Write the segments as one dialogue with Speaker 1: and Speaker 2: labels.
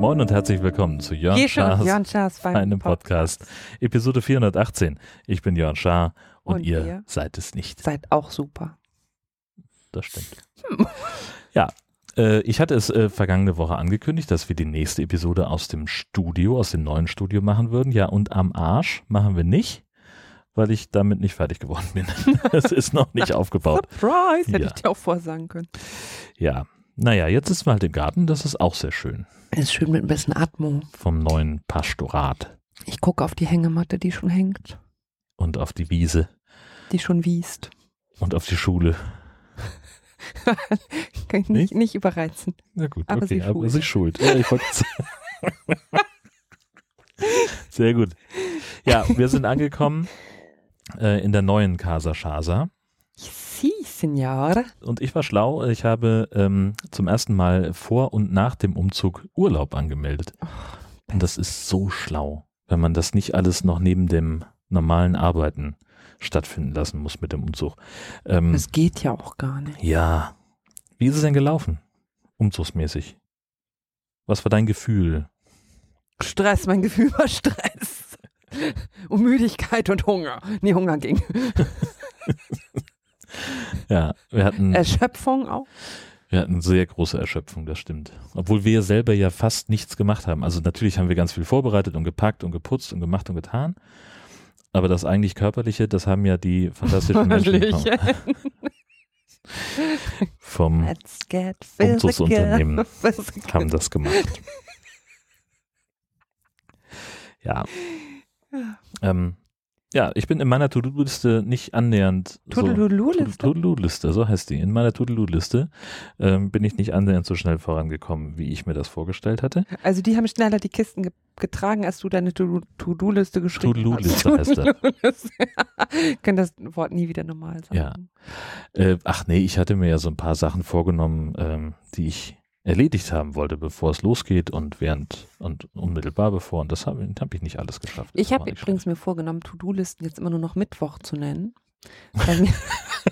Speaker 1: Moin und herzlich willkommen zu Jörn
Speaker 2: Hier schon
Speaker 1: Schaas,
Speaker 2: Jörn Schaas beim
Speaker 1: einem Podcast. Episode 418. Ich bin Jörn Schaar und,
Speaker 2: Und
Speaker 1: ihr,
Speaker 2: ihr?
Speaker 1: seid es nicht.
Speaker 2: Seid auch super.
Speaker 1: Das stimmt. Ja, äh, ich hatte es äh, vergangene Woche angekündigt, dass wir die nächste Episode aus dem Studio, aus dem neuen Studio machen würden. Ja, und am Arsch machen wir nicht, weil ich damit nicht fertig geworden bin. es ist noch nicht aufgebaut.
Speaker 2: Surprise, hätte
Speaker 1: Oh. Ja.
Speaker 2: ich dir auch vorsagen können.
Speaker 1: Ja, naja, jetzt sitzen wir halt im Garten. Das ist auch sehr schön
Speaker 2: Ist schön mit ein bisschen Atmung.
Speaker 1: vom neuen Pastorat
Speaker 2: Ich gucke auf die Hängematte, die schon hängt,
Speaker 1: und auf die Wiese
Speaker 2: die schon wiest.
Speaker 1: und auf die Schule.
Speaker 2: Kann ich nicht, nicht überreizen.
Speaker 1: Na gut,
Speaker 2: Aber
Speaker 1: okay,
Speaker 2: sie
Speaker 1: aber
Speaker 2: schuld.
Speaker 1: sie schuld. Ja, ich wollte Sehr gut. Ja, wir sind angekommen äh, in der neuen Casa Schasa.
Speaker 2: Sí, Senor.
Speaker 1: Und ich war schlau, ich habe ähm, zum ersten Mal vor und nach dem Umzug Urlaub angemeldet.
Speaker 2: Oh,
Speaker 1: Und das ist so schlau, wenn man das nicht alles noch neben dem normalen Arbeiten stattfinden lassen muss mit dem Umzug. Ähm,
Speaker 2: Das geht ja auch gar nicht.
Speaker 1: ja. Wie ist es denn gelaufen? Umzugsmäßig. Was war dein Gefühl?
Speaker 2: Stress, mein Gefühl war Stress. Und Müdigkeit und Hunger. Nee, Hunger ging.
Speaker 1: Ja, wir hatten,
Speaker 2: Äh, Erschöpfung auch.
Speaker 1: wir hatten sehr große Erschöpfung, das stimmt. Obwohl wir selber ja fast nichts gemacht haben. Also natürlich haben wir ganz viel vorbereitet und gepackt und geputzt und gemacht und getan. Aber das eigentlich Körperliche, das haben ja die fantastischen Menschen vom, vom
Speaker 2: Let's get physical.
Speaker 1: Umzugsunternehmen haben das gemacht. Ja. Ähm, ja, ich bin in meiner To-Do-Liste nicht annähernd so
Speaker 2: Tudelululiste.
Speaker 1: Tudelud-Liste, so heißt die. In meiner Tudelud-Liste ähm, bin ich nicht annähernd so schnell vorangekommen, wie ich mir das vorgestellt hatte.
Speaker 2: Also die haben schneller die Kisten ge getragen, als du deine To- To-Do-Liste geschrieben hast.
Speaker 1: To-Do-Liste heißt das.
Speaker 2: To-Do-Liste. Ich kann das Wort nie wieder normal sagen.
Speaker 1: Ja. Äh, ach nee, ich hatte mir ja so ein paar Sachen vorgenommen, ähm, die ich erledigt haben wollte, bevor es losgeht und während und unmittelbar bevor. Und das habe hab ich nicht alles geschafft.
Speaker 2: Ich
Speaker 1: Das war
Speaker 2: habe
Speaker 1: nicht
Speaker 2: übrigens mir vorgenommen, To-Do-Listen jetzt immer nur noch Mittwoch zu nennen. Weil, mir,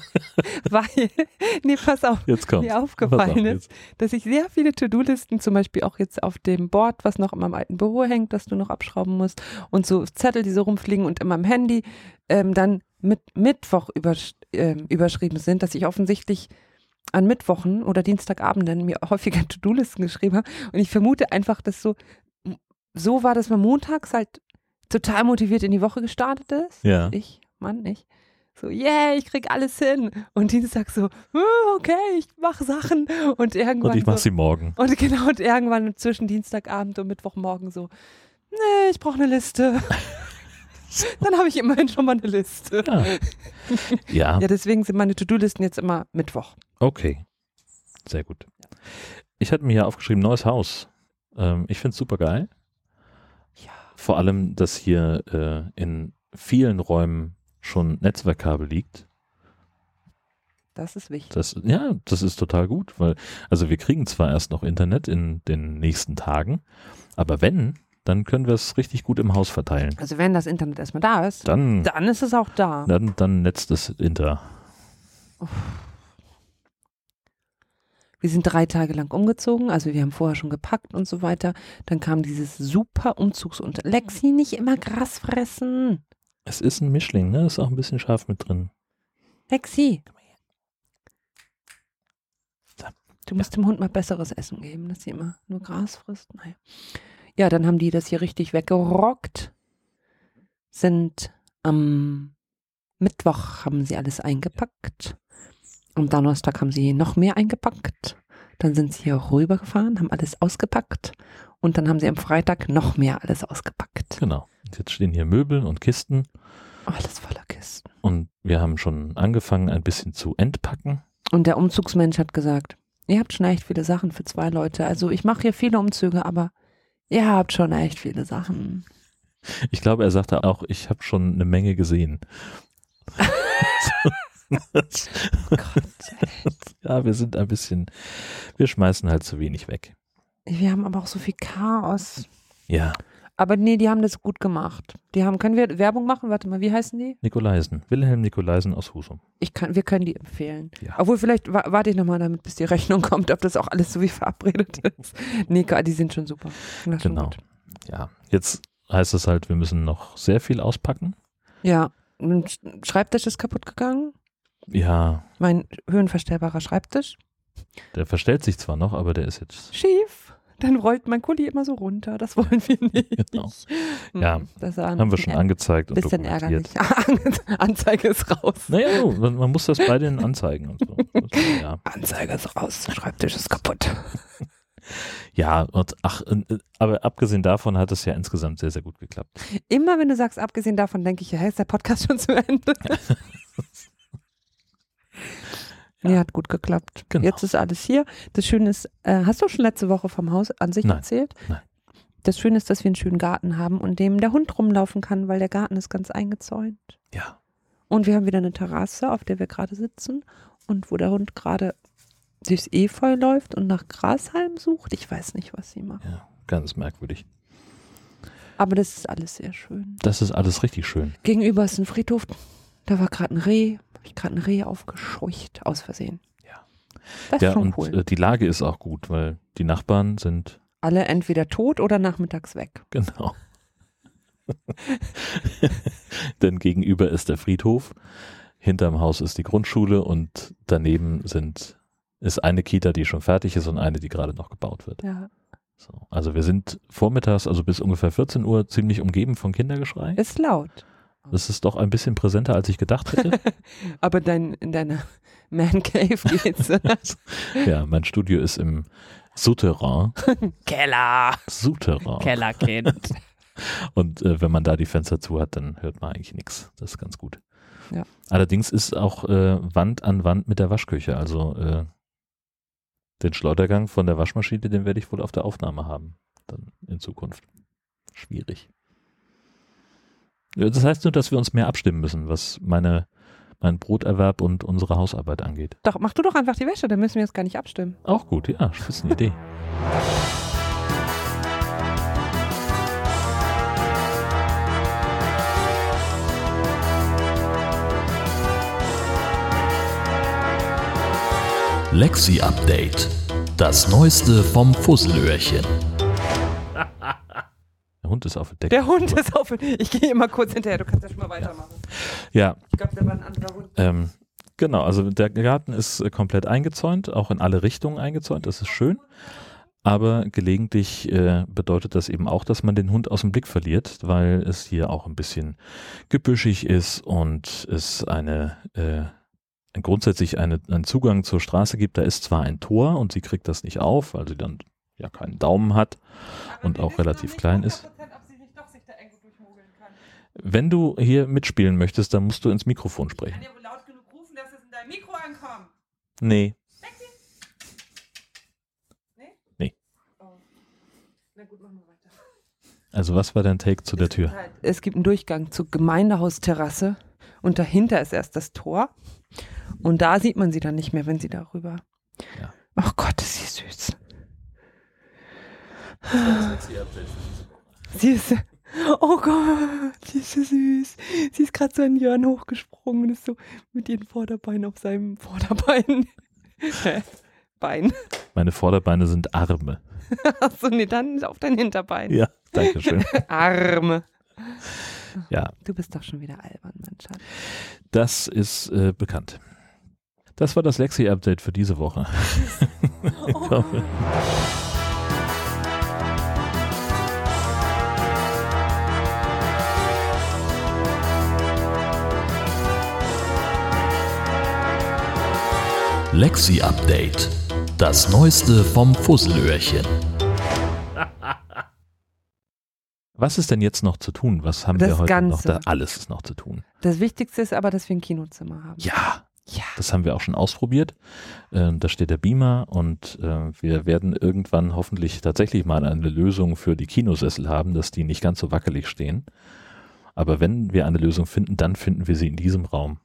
Speaker 2: weil nee, pass auf,
Speaker 1: schlecht. Jetzt kommt.
Speaker 2: mir aufgefallen ist,
Speaker 1: jetzt.
Speaker 2: dass ich sehr viele To-Do-Listen, zum Beispiel auch jetzt auf dem Board, was noch in meinem alten Büro hängt, das du noch abschrauben musst, und so Zettel, die so rumfliegen und in meinem Handy, ähm, dann mit Mittwoch übersch ähm, überschrieben sind, dass ich offensichtlich an Mittwochen oder Dienstagabenden mir häufiger To-Do-Listen geschrieben habe. Und ich vermute einfach, dass so, so war, dass man montags halt total motiviert in die Woche gestartet ist.
Speaker 1: Ja.
Speaker 2: Ich, Mann, ich. So, yeah, ich krieg alles hin. Und Dienstag so, "Ah, okay, ich mache Sachen. Und irgendwann.
Speaker 1: Und ich mache
Speaker 2: so,
Speaker 1: sie morgen.
Speaker 2: und genau, und irgendwann zwischen Dienstagabend und Mittwochmorgen so, nee, ich brauche eine Liste. Dann habe ich immerhin schon mal eine Liste.
Speaker 1: Ja. ja,
Speaker 2: Ja, deswegen sind meine To-Do-Listen jetzt immer Mittwoch.
Speaker 1: Okay. Sehr gut. Ich hatte mir hier aufgeschrieben, neues Haus. Ähm, ich finde es super geil.
Speaker 2: Ja.
Speaker 1: Vor allem, dass hier äh, in vielen Räumen schon Netzwerkkabel liegt.
Speaker 2: Das ist wichtig.
Speaker 1: Das, ja, das ist total gut, weil, also wir kriegen zwar erst noch Internet in den nächsten Tagen, aber wenn, dann können wir es richtig gut im Haus verteilen.
Speaker 2: Also wenn das Internet erstmal da ist,
Speaker 1: Dann,
Speaker 2: dann ist es auch da.
Speaker 1: dann, dann netzt es Inter.
Speaker 2: Wir sind drei Tage lang umgezogen, also wir haben vorher schon gepackt und so weiter. Dann kam dieses super Umzugsunter. Lexi, nicht immer Gras fressen.
Speaker 1: Es ist ein Mischling, ne? Ist auch ein bisschen scharf mit drin.
Speaker 2: Lexi.
Speaker 1: So.
Speaker 2: Du musst dem Hund mal besseres Essen geben, dass sie immer nur Gras frisst. Naja. Ja, dann haben die das hier richtig weggerockt. Sind am Mittwoch haben sie alles eingepackt. Am Donnerstag haben sie noch mehr eingepackt. Dann sind sie hier rübergefahren, haben alles ausgepackt. Und dann haben sie am Freitag noch mehr alles ausgepackt.
Speaker 1: Genau. Und jetzt stehen hier Möbel und Kisten.
Speaker 2: Alles voller Kisten.
Speaker 1: Und wir haben schon angefangen, ein bisschen zu entpacken.
Speaker 2: Und der Umzugsmensch hat gesagt, ihr habt schon echt viele Sachen für zwei Leute. Also ich mache hier viele Umzüge, aber ihr habt schon echt viele Sachen.
Speaker 1: Ich glaube, er sagte auch, ich habe schon eine Menge gesehen.
Speaker 2: Oh Gott, ey.
Speaker 1: ja, wir sind ein bisschen, wir schmeißen halt zu wenig weg.
Speaker 2: Wir haben aber auch so viel Chaos.
Speaker 1: Ja,
Speaker 2: Aber nee, die haben das gut gemacht. Die haben, können wir Werbung machen? Warte mal, wie heißen die?
Speaker 1: Nikolaisen. Wilhelm Nikolaisen aus Husum.
Speaker 2: Ich kann, wir können die empfehlen.
Speaker 1: Ja.
Speaker 2: Obwohl, vielleicht wa warte ich nochmal damit, bis die Rechnung kommt, ob das auch alles so wie verabredet ist. Nee, Ka- die sind schon super. Na, schon
Speaker 1: Genau.
Speaker 2: gut.
Speaker 1: Ja. Jetzt heißt es halt, wir müssen noch sehr viel auspacken.
Speaker 2: Ja. Ein Sch- Schreibtisch ist kaputt gegangen.
Speaker 1: Ja,
Speaker 2: Mein höhenverstellbarer Schreibtisch.
Speaker 1: der verstellt sich zwar noch, aber der ist jetzt.
Speaker 2: Schief. Dann rollt mein Kuli immer so runter. Das wollen wir nicht.
Speaker 1: Genau.
Speaker 2: Hm,
Speaker 1: Ja,
Speaker 2: Das war ein
Speaker 1: Haben wir schon
Speaker 2: bisschen
Speaker 1: angezeigt und
Speaker 2: Bisschen
Speaker 1: dokumentiert.
Speaker 2: ärgerlich. Anzeige ist raus.
Speaker 1: Naja, du, man, man muss das bei den anzeigen und so. Das- Ja,
Speaker 2: Anzeige ist raus. Schreibtisch ist kaputt.
Speaker 1: ja und, ach, und, äh, aber abgesehen davon hat es ja insgesamt sehr, sehr gut geklappt.
Speaker 2: Immer wenn du sagst, abgesehen davon, denke ich, ja, ist der Podcast schon zu Ende. Nee, hat gut geklappt.
Speaker 1: Genau.
Speaker 2: Jetzt ist alles hier. Das Schöne ist, äh, hast du schon letzte Woche vom Haus an sich
Speaker 1: Nein.
Speaker 2: erzählt?
Speaker 1: Nein.
Speaker 2: Das Schöne ist, dass wir einen schönen Garten haben und dem der Hund rumlaufen kann, weil der Garten ist ganz eingezäunt.
Speaker 1: Ja,
Speaker 2: Und wir haben wieder eine Terrasse, auf der wir gerade sitzen und wo der Hund gerade durchs Efeu läuft und nach Grashalm sucht. Ich weiß nicht, was sie macht.
Speaker 1: ja, ganz merkwürdig.
Speaker 2: Aber das ist alles sehr schön.
Speaker 1: Das ist alles richtig schön.
Speaker 2: Gegenüber ist ein Friedhof. Da war gerade ein Reh. Hab ich gerade ein Reh aufgescheucht, aus Versehen.
Speaker 1: Ja.
Speaker 2: Das ist
Speaker 1: ja,
Speaker 2: schon
Speaker 1: und
Speaker 2: cool.
Speaker 1: äh, die Lage ist auch gut, weil die Nachbarn sind,
Speaker 2: Alle entweder tot oder nachmittags weg.
Speaker 1: genau. Denn gegenüber ist der Friedhof, hinterm Haus ist die Grundschule und daneben sind, ist eine Kita, die schon fertig ist und eine, die gerade noch gebaut wird.
Speaker 2: Ja.
Speaker 1: So. Also wir sind vormittags, also bis ungefähr 14 Uhr, ziemlich umgeben von Kindergeschrei.
Speaker 2: Ist laut.
Speaker 1: Das ist doch ein bisschen präsenter, als ich gedacht hätte.
Speaker 2: Aber dein, in deiner Man Cave geht's.
Speaker 1: ja, mein Studio ist im Souterrain.
Speaker 2: Keller.
Speaker 1: Souterrain.
Speaker 2: Kellerkind.
Speaker 1: Und äh, wenn man da die Fenster zu hat, dann hört man eigentlich nichts. Das ist ganz gut.
Speaker 2: Ja.
Speaker 1: Allerdings ist auch äh, Wand an Wand mit der Waschküche. Also äh, den Schleudergang von der Waschmaschine, den werde ich wohl auf der Aufnahme haben. Dann in Zukunft. Schwierig. Ja, Das heißt nur, dass wir uns mehr abstimmen müssen, was meine, mein Broterwerb und unsere Hausarbeit angeht.
Speaker 2: Doch, mach du doch einfach die Wäsche, dann müssen wir jetzt gar nicht abstimmen.
Speaker 1: Auch gut, ja, Spitzenidee.
Speaker 3: Lexi Update. Das Neueste vom Fusselöhrchen.
Speaker 1: Der Hund ist auf der Decke.
Speaker 2: Der Hund ist auf. Ich gehe immer kurz hinterher, du kannst ja schon mal weitermachen.
Speaker 1: Ja,
Speaker 2: Ich glaube, da war ein anderer Hund.
Speaker 1: Ähm, genau, also der Garten ist äh, komplett eingezäunt, auch in alle Richtungen eingezäunt, das ist schön. Aber gelegentlich äh, bedeutet das eben auch, dass man den Hund aus dem Blick verliert, weil es hier auch ein bisschen gebüschig ist und es eine äh, grundsätzlich eine, einen Zugang zur Straße gibt. Da ist zwar ein Tor und sie kriegt das nicht auf, weil sie dann ja keinen Daumen hat. und wir auch wissen noch relativ nicht klein ist. Wenn du hier mitspielen möchtest, dann musst du ins Mikrofon sprechen.
Speaker 2: ja wohl laut genug rufen, dass es in dein Mikro ankommt.
Speaker 1: Nee.
Speaker 2: Oh. Na gut, machen wir weiter.
Speaker 1: Also was war dein Take zu der Tür?
Speaker 2: Es gibt einen Durchgang zur Gemeindehausterrasse und dahinter ist erst das Tor. Und da sieht man sie dann nicht mehr, wenn sie darüber.
Speaker 1: Ja.
Speaker 2: Ach Gott, ist sie süß. Sie ist. Oh Gott, sie ist so süß. Sie ist gerade so an Jörn hochgesprungen und ist so mit ihren Vorderbeinen auf seinem Vorderbein. Hä? Bein.
Speaker 1: Meine Vorderbeine sind Arme.
Speaker 2: Achso, nee, dann auf dein Hinterbein.
Speaker 1: Ja, danke schön.
Speaker 2: Arme.
Speaker 1: Ja,
Speaker 2: Du bist doch schon wieder albern, mein Schatz.
Speaker 1: das ist äh, bekannt. Das war das Lexi-Update für diese Woche.
Speaker 3: Lexi Update. Das Neueste vom Fusselöhrchen.
Speaker 1: Was ist denn jetzt noch zu tun? Was haben
Speaker 2: Das
Speaker 1: wir heute noch?
Speaker 2: Ganze.
Speaker 1: Da, alles ist noch zu tun.
Speaker 2: Das Wichtigste ist aber, dass wir ein Kinozimmer haben.
Speaker 1: Ja,
Speaker 2: Ja.
Speaker 1: das haben wir auch schon ausprobiert. Ähm, da steht der Beamer und äh, wir werden irgendwann hoffentlich tatsächlich mal eine Lösung für die Kinosessel haben, dass die nicht ganz so wackelig stehen. Aber wenn wir eine Lösung finden, dann finden wir sie in diesem Raum.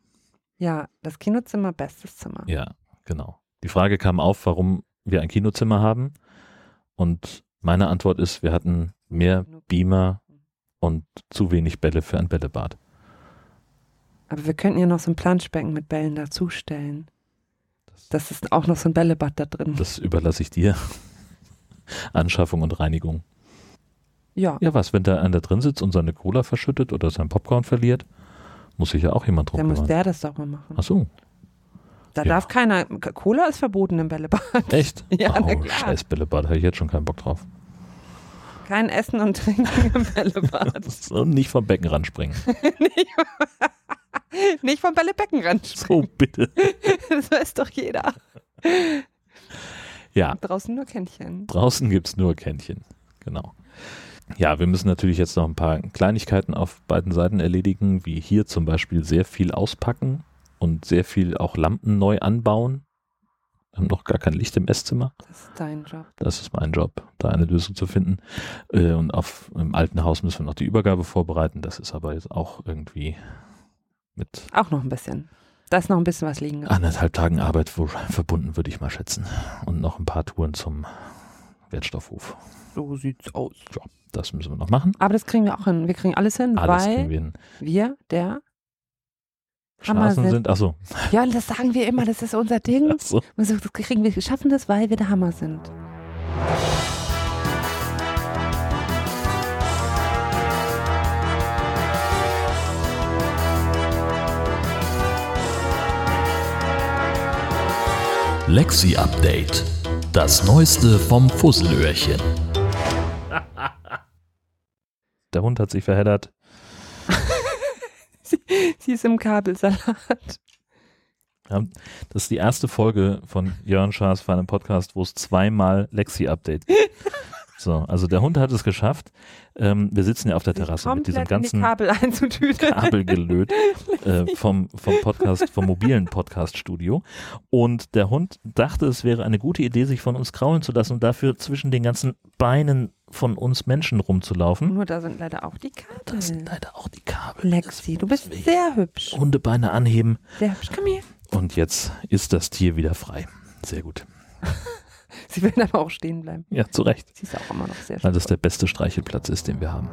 Speaker 2: Ja, das Kinozimmer, bestes Zimmer.
Speaker 1: Ja, genau. Die Frage kam auf, warum wir ein Kinozimmer haben. Und meine Antwort ist, wir hatten mehr Beamer und zu wenig Bälle für ein Bällebad.
Speaker 2: Aber wir könnten ja noch so ein Planschbecken mit Bällen dazustellen. Das ist auch noch so ein Bällebad da drin.
Speaker 1: Das überlasse ich dir. Anschaffung und Reinigung.
Speaker 2: Ja,
Speaker 1: Ja, was, wenn da einer drin sitzt und seine Cola verschüttet oder sein Popcorn verliert, muss sich ja auch jemand drum
Speaker 2: dann muss
Speaker 1: kümmern.
Speaker 2: der das doch mal machen.
Speaker 1: Ach so,
Speaker 2: Da
Speaker 1: ja.
Speaker 2: darf keiner, Cola ist verboten im Bällebad.
Speaker 1: echt?
Speaker 2: Ja,
Speaker 1: oh,
Speaker 2: na klar.
Speaker 1: scheiß Bällebad, habe ich jetzt schon keinen Bock drauf.
Speaker 2: Kein Essen und Trinken im Bällebad.
Speaker 1: Und nicht vom Beckenrand springen.
Speaker 2: Nicht vom Bällebeckenrand springen.
Speaker 1: So, bitte.
Speaker 2: Das weiß doch jeder.
Speaker 1: Ja,
Speaker 2: Draußen nur Kännchen.
Speaker 1: Draußen gibt es nur Kännchen. Genau. Ja, wir müssen natürlich jetzt noch ein paar Kleinigkeiten auf beiden Seiten erledigen, wie hier zum Beispiel sehr viel auspacken und sehr viel auch Lampen neu anbauen. Wir haben noch gar kein Licht im Esszimmer.
Speaker 2: Das ist dein Job.
Speaker 1: Das ist mein Job, da eine Lösung zu finden. Äh, Und auf, im alten Haus müssen wir noch die Übergabe vorbereiten. Das ist aber jetzt auch irgendwie mit
Speaker 2: Auch noch ein bisschen. Da ist noch ein bisschen was liegen. geblieben.
Speaker 1: anderthalb Tagen Arbeit wohl verbunden, würde ich mal schätzen. Und noch ein paar Touren zum Wertstoffhof.
Speaker 2: So sieht's aus.
Speaker 1: Das müssen wir noch machen.
Speaker 2: Aber das kriegen wir auch hin. Wir kriegen alles hin,
Speaker 1: Alles kriegen
Speaker 2: weil
Speaker 1: wir hin.
Speaker 2: wir der. Hammer
Speaker 1: Straßen
Speaker 2: sind.
Speaker 1: sind, achso,
Speaker 2: Ja, und das sagen wir immer, das ist unser Ding.
Speaker 1: achso.
Speaker 2: Und so, Das kriegen wir, wir schaffen das, weil wir der Hammer sind.
Speaker 3: Lexi Update. Das Neueste vom Fusselöhrchen.
Speaker 1: Der Hund hat sich verheddert.
Speaker 2: Sie ist im Kabelsalat.
Speaker 1: Das ist die erste Folge von Jörn Schaas für einen Podcast, wo es zweimal Lexi-Update gibt. So, also der Hund hat es geschafft. Ähm, wir sitzen ja auf der Terrasse mit diesem
Speaker 2: Komplett in die
Speaker 1: ganzen
Speaker 2: Kabel einzutüten.
Speaker 1: Kabel gelöt äh, vom, vom Podcast, vom mobilen Podcast-Studio. Und der Hund dachte, es wäre eine gute Idee, sich von uns kraulen zu lassen und dafür zwischen den ganzen Beinen von uns Menschen rumzulaufen.
Speaker 2: Nur da sind leider auch die
Speaker 1: Das sind
Speaker 2: Kabel.
Speaker 1: leider auch die Kabel.
Speaker 2: Lexi, du bist
Speaker 1: Das-
Speaker 2: sehr hübsch.
Speaker 1: Hundebeine anheben.
Speaker 2: Sehr hübsch. Komm hier.
Speaker 1: Und jetzt ist das Tier wieder frei. Sehr gut.
Speaker 2: Sie will aber auch stehen bleiben.
Speaker 1: Ja, zu Recht.
Speaker 2: Sie ist auch immer noch sehr schön.
Speaker 1: Weil das der beste Streichelplatz ist, den wir haben.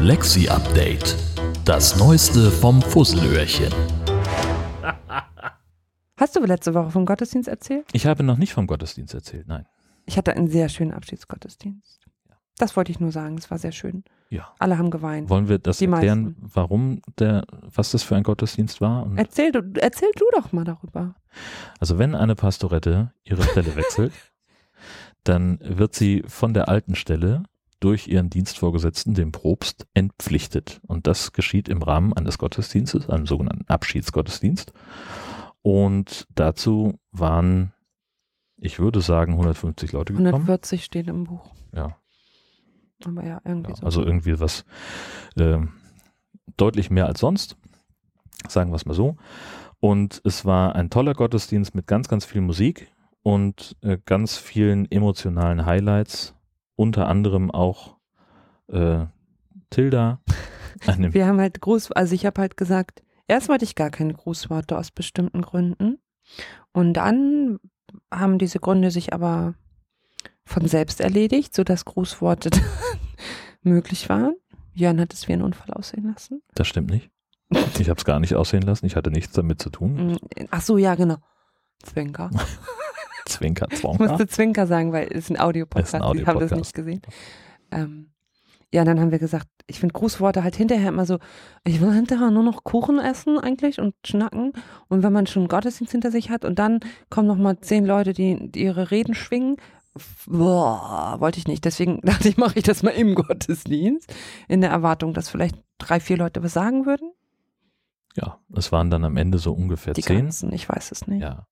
Speaker 3: Lexi Update. Das Neueste vom Fusselöhrchen.
Speaker 2: Hast du letzte Woche vom Gottesdienst erzählt?
Speaker 1: Ich habe noch nicht vom Gottesdienst erzählt. Nein.
Speaker 2: Ich hatte einen sehr schönen Abschiedsgottesdienst. Das wollte ich nur sagen. Es war sehr schön.
Speaker 1: Ja.
Speaker 2: Alle haben geweint.
Speaker 1: Wollen wir das
Speaker 2: Die
Speaker 1: erklären,
Speaker 2: meisten.
Speaker 1: warum der, was das für ein Gottesdienst war? Und
Speaker 2: Erzähl du, erzähl du doch mal darüber.
Speaker 1: also wenn eine Pastorette ihre Stelle wechselt, dann wird sie von der alten Stelle durch ihren Dienstvorgesetzten, den Propst, entpflichtet. Und das geschieht im Rahmen eines Gottesdienstes, einem sogenannten Abschiedsgottesdienst. Und dazu waren, ich würde sagen, 150 Leute gekommen.
Speaker 2: 140 steht im Buch.
Speaker 1: Ja,
Speaker 2: Aber ja, irgendwie
Speaker 1: ja,
Speaker 2: so.
Speaker 1: also irgendwie was ähm, deutlich mehr als sonst, sagen wir es mal so. Und es war ein toller Gottesdienst mit ganz, ganz viel Musik und äh, ganz vielen emotionalen Highlights, unter anderem auch äh, Tilda. Eine,
Speaker 2: Wir haben halt Gruß, also ich habe halt gesagt, erst wollte ich gar keine Grußworte aus bestimmten Gründen. Und dann haben diese Gründe sich aber von selbst erledigt, sodass Grußworte dann möglich waren. Jörn hat es wie einen Unfall aussehen lassen.
Speaker 1: das stimmt nicht. Ich habe es gar nicht aussehen lassen, ich hatte nichts damit zu tun.
Speaker 2: Mm, Ach so, ja, genau. Zwinker.
Speaker 1: Zwinker,
Speaker 2: Ich
Speaker 1: Zwonker.
Speaker 2: musste Zwinker sagen, weil es ist ein Audiopodcast.
Speaker 1: Es ist ein
Speaker 2: Sie haben das
Speaker 1: Audiopodcast.
Speaker 2: nicht gesehen. Ähm, ja, und dann haben wir gesagt, ich finde Grußworte halt hinterher immer so, ich will hinterher nur noch Kuchen essen eigentlich und schnacken. Und wenn man schon einen Gottesdienst hinter sich hat und dann kommen nochmal zehn Leute, die, die ihre Reden schwingen, f- boah, wollte ich nicht. Deswegen dachte ich, mache ich das mal im Gottesdienst, in der Erwartung, dass vielleicht drei, vier Leute was sagen würden.
Speaker 1: Ja, es waren dann am Ende so ungefähr
Speaker 2: Die
Speaker 1: zehn.
Speaker 2: ganzen, ich weiß es nicht.
Speaker 1: Ja.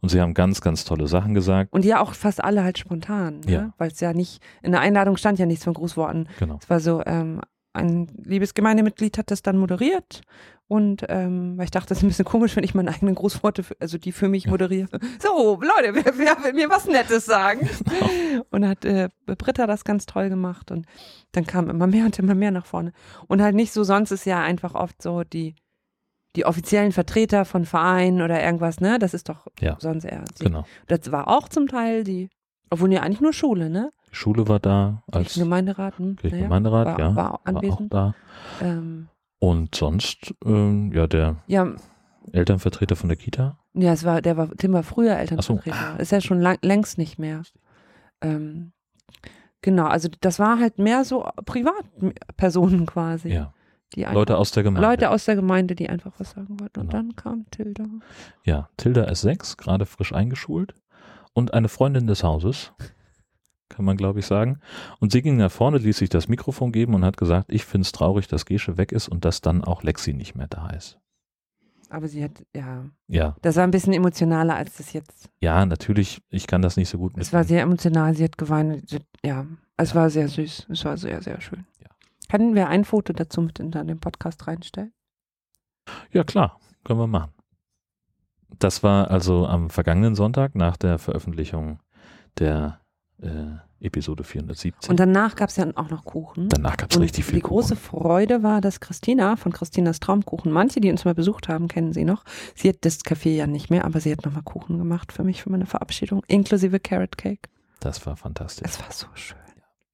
Speaker 1: Und sie haben ganz, ganz tolle Sachen gesagt.
Speaker 2: Und ja, auch fast alle halt spontan, ne?
Speaker 1: Ja.
Speaker 2: weil es ja nicht, in der Einladung stand ja nichts von Grußworten.
Speaker 1: Genau.
Speaker 2: Es war so, ähm, ein liebes Gemeindemitglied hat das dann moderiert und ähm, weil ich dachte, das ist ein bisschen komisch, wenn ich meine eigenen Grußworte, für, also die für mich
Speaker 1: Ja.
Speaker 2: moderiere. So, Leute, wer, wer will mir was Nettes sagen?
Speaker 1: Genau.
Speaker 2: Und hat äh, Britta das ganz toll gemacht und dann kam immer mehr und immer mehr nach vorne. Und halt nicht so, sonst ist ja einfach oft so die die offiziellen Vertreter von Vereinen oder irgendwas, ne? Das ist doch
Speaker 1: Ja.
Speaker 2: sonst eher. Die,
Speaker 1: Genau.
Speaker 2: Das war auch zum Teil die, obwohl ja eigentlich nur Schule, ne?
Speaker 1: Die Schule war da als
Speaker 2: Gemeinderat, hm, naja,
Speaker 1: Kirchengemeinderat,
Speaker 2: war,
Speaker 1: ja.
Speaker 2: war anwesend.
Speaker 1: War auch da.
Speaker 2: ähm,
Speaker 1: Und sonst, ähm, ja, der
Speaker 2: ja,
Speaker 1: Elternvertreter von der Kita.
Speaker 2: Ja, es war, der war, Tim war früher
Speaker 1: Ach
Speaker 2: Elternvertreter.
Speaker 1: so.
Speaker 2: Ist ja schon lang, längst nicht mehr. Ähm, genau, also das war halt mehr so Privatpersonen quasi.
Speaker 1: Ja.
Speaker 2: die einfach,
Speaker 1: Leute aus der Gemeinde.
Speaker 2: Leute aus der Gemeinde, die einfach was sagen wollten. Und
Speaker 1: Genau.
Speaker 2: dann kam Tilda.
Speaker 1: Ja, Tilda ist sechs, gerade frisch eingeschult und eine Freundin des Hauses, kann man glaube ich sagen. Und sie ging nach vorne, ließ sich das Mikrofon geben und hat gesagt, ich finde es traurig, dass Gesche weg ist und dass dann auch Lexi nicht mehr da ist.
Speaker 2: Aber sie hat, ja,
Speaker 1: Ja,
Speaker 2: das war ein bisschen emotionaler als das jetzt.
Speaker 1: ja, natürlich, ich kann das nicht so gut
Speaker 2: Es
Speaker 1: mit.
Speaker 2: war sehr emotional, sie hat geweint. Sie, ja, es war sehr süß. Es war sehr, sehr schön.
Speaker 1: Ja.
Speaker 2: Können wir ein Foto dazu mit in den Podcast reinstellen?
Speaker 1: Ja, klar, können wir machen. Das war also am vergangenen Sonntag nach der Veröffentlichung der äh, Episode 470.
Speaker 2: Und danach gab es ja auch noch Kuchen.
Speaker 1: Danach gab es
Speaker 2: Und
Speaker 1: richtig viel
Speaker 2: die große Freude war, dass Christina von Christinas Traumkuchen, manche, die uns mal besucht haben, kennen sie noch. Sie hat das Café ja nicht mehr, aber sie hat nochmal Kuchen gemacht für mich, für meine Verabschiedung, inklusive Carrot Cake.
Speaker 1: Kuchen. Das war fantastisch.
Speaker 2: Es war so schön.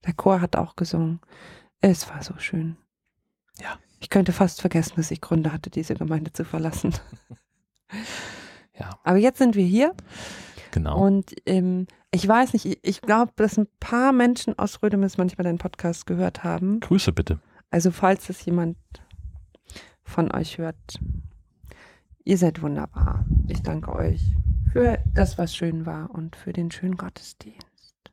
Speaker 2: Der Chor hat auch gesungen. Es war so schön.
Speaker 1: Ja.
Speaker 2: Ich könnte fast vergessen, dass ich Gründe hatte, diese Gemeinde zu verlassen.
Speaker 1: Ja,
Speaker 2: Aber jetzt sind wir hier
Speaker 1: genau.
Speaker 2: und ähm, ich weiß nicht, ich, ich glaube, dass ein paar Menschen aus Rödemis manchmal den Podcast gehört haben.
Speaker 1: Grüße bitte.
Speaker 2: Also falls es jemand von euch hört, ihr seid wunderbar. Ich danke euch für das, was schön war und für den schönen Gottesdienst.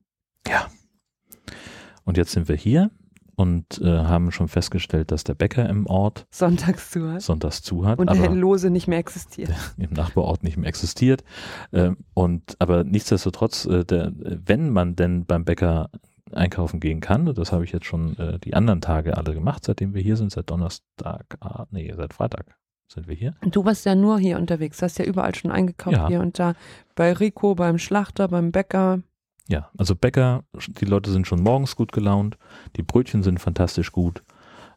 Speaker 1: Und jetzt sind wir hier und äh, haben schon festgestellt, dass der Bäcker im Ort
Speaker 2: Sonntags zu
Speaker 1: sonntags zu hat,
Speaker 2: und der
Speaker 1: aber
Speaker 2: Lose nicht mehr existiert.
Speaker 1: im Nachbarort nicht mehr existiert. Ähm, und aber nichtsdestotrotz, äh, der, wenn man denn beim Bäcker einkaufen gehen kann, und das habe ich jetzt schon äh, die anderen Tage alle gemacht, seitdem wir hier sind, seit Donnerstag, ah, nee, seit Freitag sind wir hier.
Speaker 2: Und du warst ja nur hier unterwegs, hast ja überall schon eingekauft,
Speaker 1: Ja.
Speaker 2: hier und da. Bei Rico, beim Schlachter, beim Bäcker.
Speaker 1: Ja, also Bäcker, die Leute sind schon morgens gut gelaunt, die Brötchen sind fantastisch gut.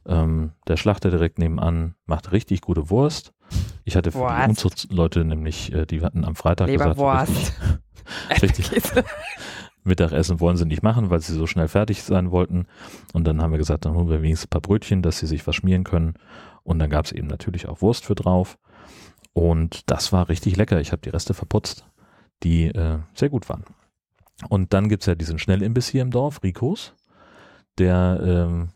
Speaker 1: Ähm, der Schlachter direkt nebenan macht richtig gute Wurst. Ich hatte für die
Speaker 2: Wurst.
Speaker 1: Umzugsleute nämlich, äh, die hatten am Freitag
Speaker 2: Leberwurst.
Speaker 1: gesagt, richtig, richtig, Mittagessen wollen sie nicht machen, weil sie so schnell fertig sein wollten. Und dann haben wir gesagt, dann holen wir wenigstens ein paar Brötchen, dass sie sich was schmieren können. Und dann gab es eben natürlich auch Wurst für drauf. Und das war richtig lecker. Ich habe die Reste verputzt, die äh, sehr gut waren. Und dann gibt es ja diesen Schnellimbiss hier im Dorf, Ricos, der ähm,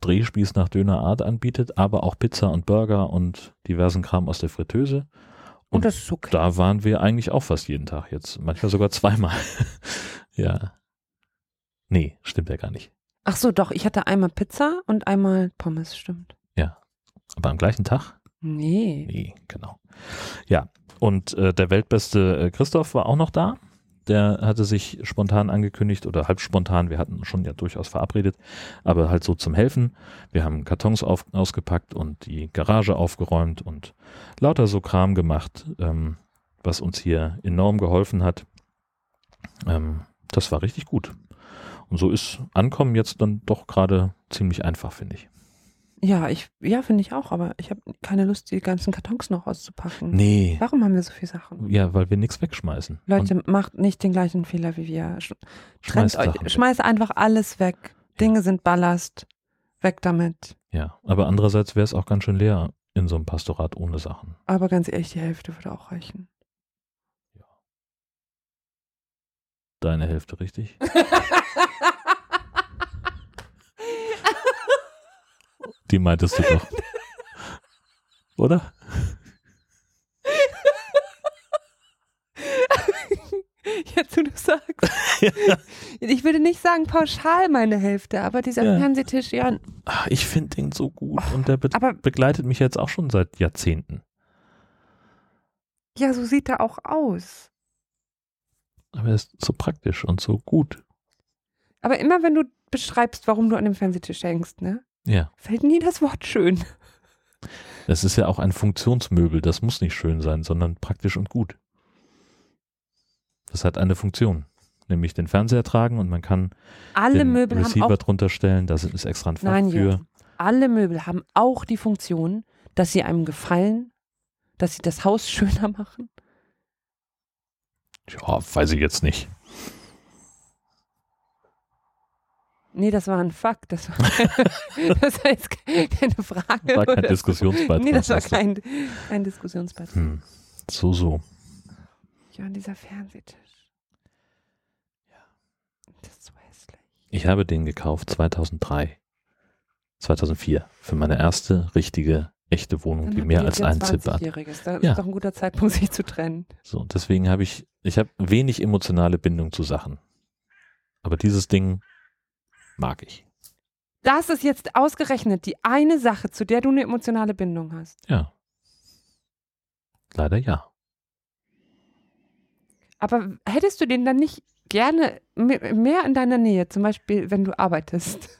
Speaker 1: Drehspieß nach Dönerart anbietet, aber auch Pizza und Burger und diversen Kram aus der Fritteuse.
Speaker 2: Und das ist okay.
Speaker 1: Da waren wir eigentlich auch fast jeden Tag jetzt. Manchmal sogar zweimal. ja. Nee, stimmt ja gar nicht.
Speaker 2: Ach so, doch, ich hatte einmal Pizza und einmal Pommes, stimmt.
Speaker 1: Aber am gleichen Tag?
Speaker 2: Nee.
Speaker 1: Nee, genau. Ja, und äh, der weltbeste äh, Christoph war auch noch da. Der hatte sich spontan angekündigt oder halb spontan. Wir hatten uns schon ja durchaus verabredet, aber halt so zum Helfen. Wir haben Kartons auf, ausgepackt und die Garage aufgeräumt und lauter so Kram gemacht, ähm, was uns hier enorm geholfen hat. Ähm, das war richtig gut. Und so ist Ankommen jetzt dann doch gerade ziemlich einfach, finde ich.
Speaker 2: Ja, ich, ja, finde ich auch, aber ich habe keine Lust, die ganzen Kartons noch auszupacken.
Speaker 1: Nee.
Speaker 2: Warum haben wir so viele Sachen?
Speaker 1: Ja, weil wir nichts wegschmeißen.
Speaker 2: Leute, macht nicht den gleichen Fehler wie wir. Sch
Speaker 1: Und
Speaker 2: trennt
Speaker 1: schmeißt
Speaker 2: euch,
Speaker 1: Sachen weg.
Speaker 2: schmeißt einfach alles weg. Dinge sind Ballast. Weg damit.
Speaker 1: Ja, aber andererseits wäre es auch ganz schön leer in so einem Pastorat ohne Sachen.
Speaker 2: Aber ganz ehrlich, die Hälfte würde auch reichen.
Speaker 1: Deine Hälfte, richtig? Die meintest du doch. Oder?
Speaker 2: Jetzt, wo du sagst. Ich würde nicht sagen pauschal meine Hälfte, aber dieser
Speaker 1: Ja.
Speaker 2: Fernsehtisch, ja.
Speaker 1: Ach, Ah, ich finde den so gut und der be
Speaker 2: Aber
Speaker 1: begleitet mich jetzt auch schon seit Jahrzehnten.
Speaker 2: ja, so sieht er auch aus.
Speaker 1: Aber er ist so praktisch und so gut.
Speaker 2: Aber immer, wenn du beschreibst, warum du an dem Fernsehtisch hängst, ne?
Speaker 1: Ja,
Speaker 2: Fällt nie das Wort schön.
Speaker 1: das ist ja auch ein Funktionsmöbel. Das muss nicht schön sein, sondern praktisch und gut. Das hat eine Funktion, nämlich den Fernseher tragen und man kann
Speaker 2: Alle
Speaker 1: den
Speaker 2: Möbel
Speaker 1: Receiver
Speaker 2: haben auch
Speaker 1: drunter stellen. Da ist extra ein Fach
Speaker 2: Nein,
Speaker 1: für.
Speaker 2: Jürgen. Alle Möbel haben auch die Funktion, dass sie einem gefallen dass sie das Haus schöner machen?
Speaker 1: Ja, weiß ich jetzt nicht.
Speaker 2: Nee, das war ein Fakt. Das war, das war jetzt keine Frage.
Speaker 1: War kein
Speaker 2: oder so.
Speaker 1: Diskussionsbeitrag.
Speaker 2: Nee, das war
Speaker 1: hast du.
Speaker 2: kein, kein Diskussionsbeitrag.
Speaker 1: Hm. So, so.
Speaker 2: Ja, und dieser Fernsehtisch. Ja. Das ist so hässlich.
Speaker 1: Ich habe den gekauft 2003, 2004 für meine erste richtige, echte Wohnung, die mehr als ein Zimmer hat.
Speaker 2: Ist da
Speaker 1: Ja.
Speaker 2: ist doch ein guter Zeitpunkt, sich zu trennen.
Speaker 1: So, deswegen habe ich, ich habe wenig emotionale Bindung zu Sachen. Aber dieses Ding mag ich.
Speaker 2: Das ist jetzt ausgerechnet die eine Sache, zu der du eine emotionale Bindung hast.
Speaker 1: Ja. Leider ja.
Speaker 2: Aber hättest du den dann nicht gerne me- mehr in deiner Nähe, zum Beispiel, wenn du arbeitest?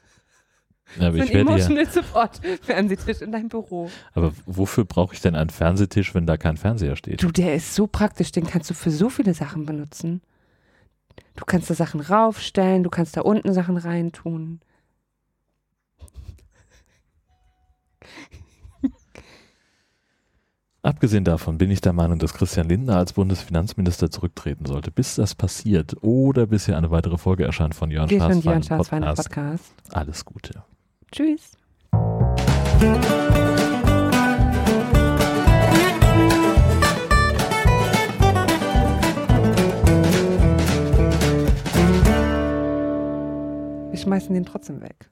Speaker 1: Aber,
Speaker 2: So ein
Speaker 1: Also ich werde ja,
Speaker 2: Emotional Support Fernsehtisch in deinem Büro.
Speaker 1: aber wofür brauche ich denn einen Fernsehtisch, wenn da kein Fernseher steht?
Speaker 2: Du, der ist so praktisch, den kannst du für so viele Sachen benutzen. Du kannst da Sachen raufstellen, du kannst da unten Sachen reintun.
Speaker 1: Abgesehen davon bin ich der Meinung, dass Christian Lindner als Bundesfinanzminister zurücktreten sollte. Bis das passiert oder bis hier eine weitere Folge erscheint von Jörn
Speaker 2: Wir sind Jörn
Speaker 1: Schaas
Speaker 2: Schaas Feiner
Speaker 1: Podcast.
Speaker 2: Podcast.
Speaker 1: Alles Gute.
Speaker 2: Tschüss. Wir schmeißen den trotzdem weg.